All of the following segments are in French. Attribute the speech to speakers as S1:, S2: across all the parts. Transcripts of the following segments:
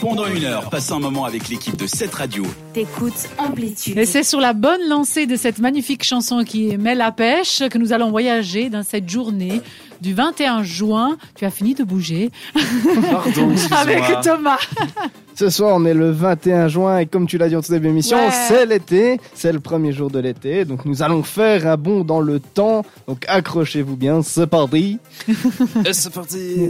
S1: Pendant une heure, passez un moment avec l'équipe de cette radio.
S2: T'écoutes Amplitude.
S3: Et c'est sur la bonne lancée de cette magnifique chanson qui met la pêche que nous allons voyager dans cette journée du 21 juin. Tu as fini de bouger
S4: Pardon, excuse-moi.
S3: avec Thomas.
S4: Ce soir, on est le 21 juin et comme tu l'as dit en tout début d'émission,
S3: Ouais.
S4: c'est l'été, c'est le premier jour de l'été, donc nous allons faire un bond dans le temps. Donc accrochez-vous bien, c'est parti.
S5: Et c'est parti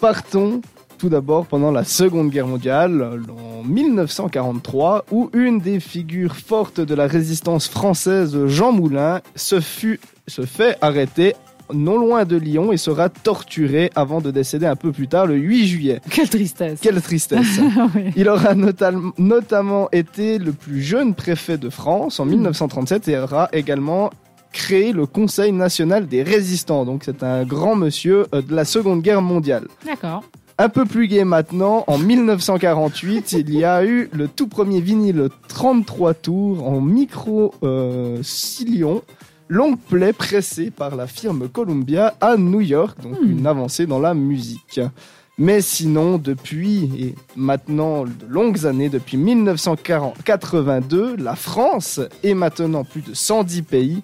S4: Partons tout d'abord pendant la Seconde Guerre mondiale, en 1943, où une des figures fortes de la résistance française, Jean Moulin, se, fut, se fait arrêter non loin de Lyon et sera torturé avant de décéder un peu plus tard, le 8 juillet.
S3: Quelle tristesse. Ah
S4: Quelle tristesse
S3: Ouais.
S4: Il aura notam- notamment été le plus jeune préfet de France en 1937 et aura également créé le Conseil national des résistants. Donc c'est un grand monsieur euh, de la Seconde Guerre mondiale.
S3: D'accord.
S4: Un peu plus gai maintenant, en 1948, il y a eu le tout premier vinyle 33 tours en micro euh, sillon, longue plaie pressée par la firme Columbia à New York, donc
S3: Hmm.
S4: une avancée dans la musique. Mais sinon, depuis et maintenant de longues années, depuis 1982, la France et maintenant plus de 110 pays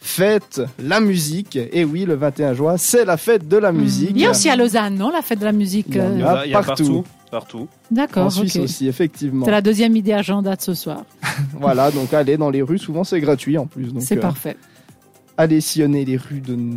S4: fêtent la musique. Et oui, le 21 juin, c'est la fête de la
S3: Hmm.
S4: musique.
S3: Il y a aussi à Lausanne, non, la fête de la musique.
S4: Il y en
S3: euh,
S4: a.
S5: Il y a- il y a partout.
S4: Ah, Partout.
S5: Partout.
S3: D'accord.
S4: en Suisse
S3: ok.
S4: aussi, effectivement.
S3: C'est la deuxième idée agenda de ce soir.
S4: Voilà, donc aller dans les rues, souvent c'est gratuit en plus. Donc,
S3: C'est
S4: euh,
S3: parfait.
S4: Aller sillonner les rues de, de,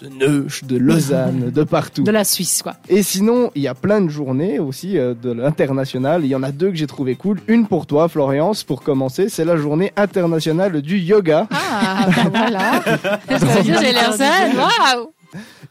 S4: de Neuch, de Lausanne, de partout.
S3: De la Suisse, quoi.
S4: Et sinon, il y a plein de journées aussi euh, de l'international. Il y en a deux que j'ai trouvé cool. Une pour toi, Florence, pour commencer. C'est la journée internationale du yoga.
S3: Ah, ben voilà.
S2: j'ai l'air seule. Waouh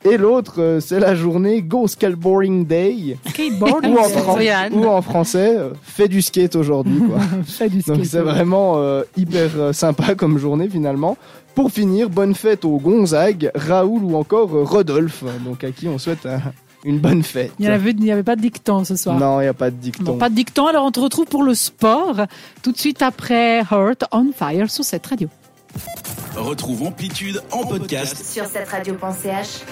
S4: Et l'autre, euh, c'est la journée Go Skateboarding Day.
S3: Skateboard.
S4: Ou en,
S2: c'est
S4: fran-
S2: Yann.
S4: ou en français, euh, fais du skate aujourd'hui. quoi.
S3: Fait du
S4: Donc
S3: skate.
S4: c'est vraiment euh, hyper euh, sympa comme journée finalement. Pour finir, bonne fête aux Gonzague, Raoul ou encore euh, Rodolphe, donc à qui on souhaite euh, une bonne fête.
S3: Il n'y avait, il y avait pas de dicton ce soir.
S4: Non, il n'y a pas de dicton.
S3: Bon, pas de dicton, alors on te retrouve pour le sport tout de suite après Heart on Fire sur cette radio.
S1: Retrouve Amplitude en podcast
S2: Sur cette radio.ch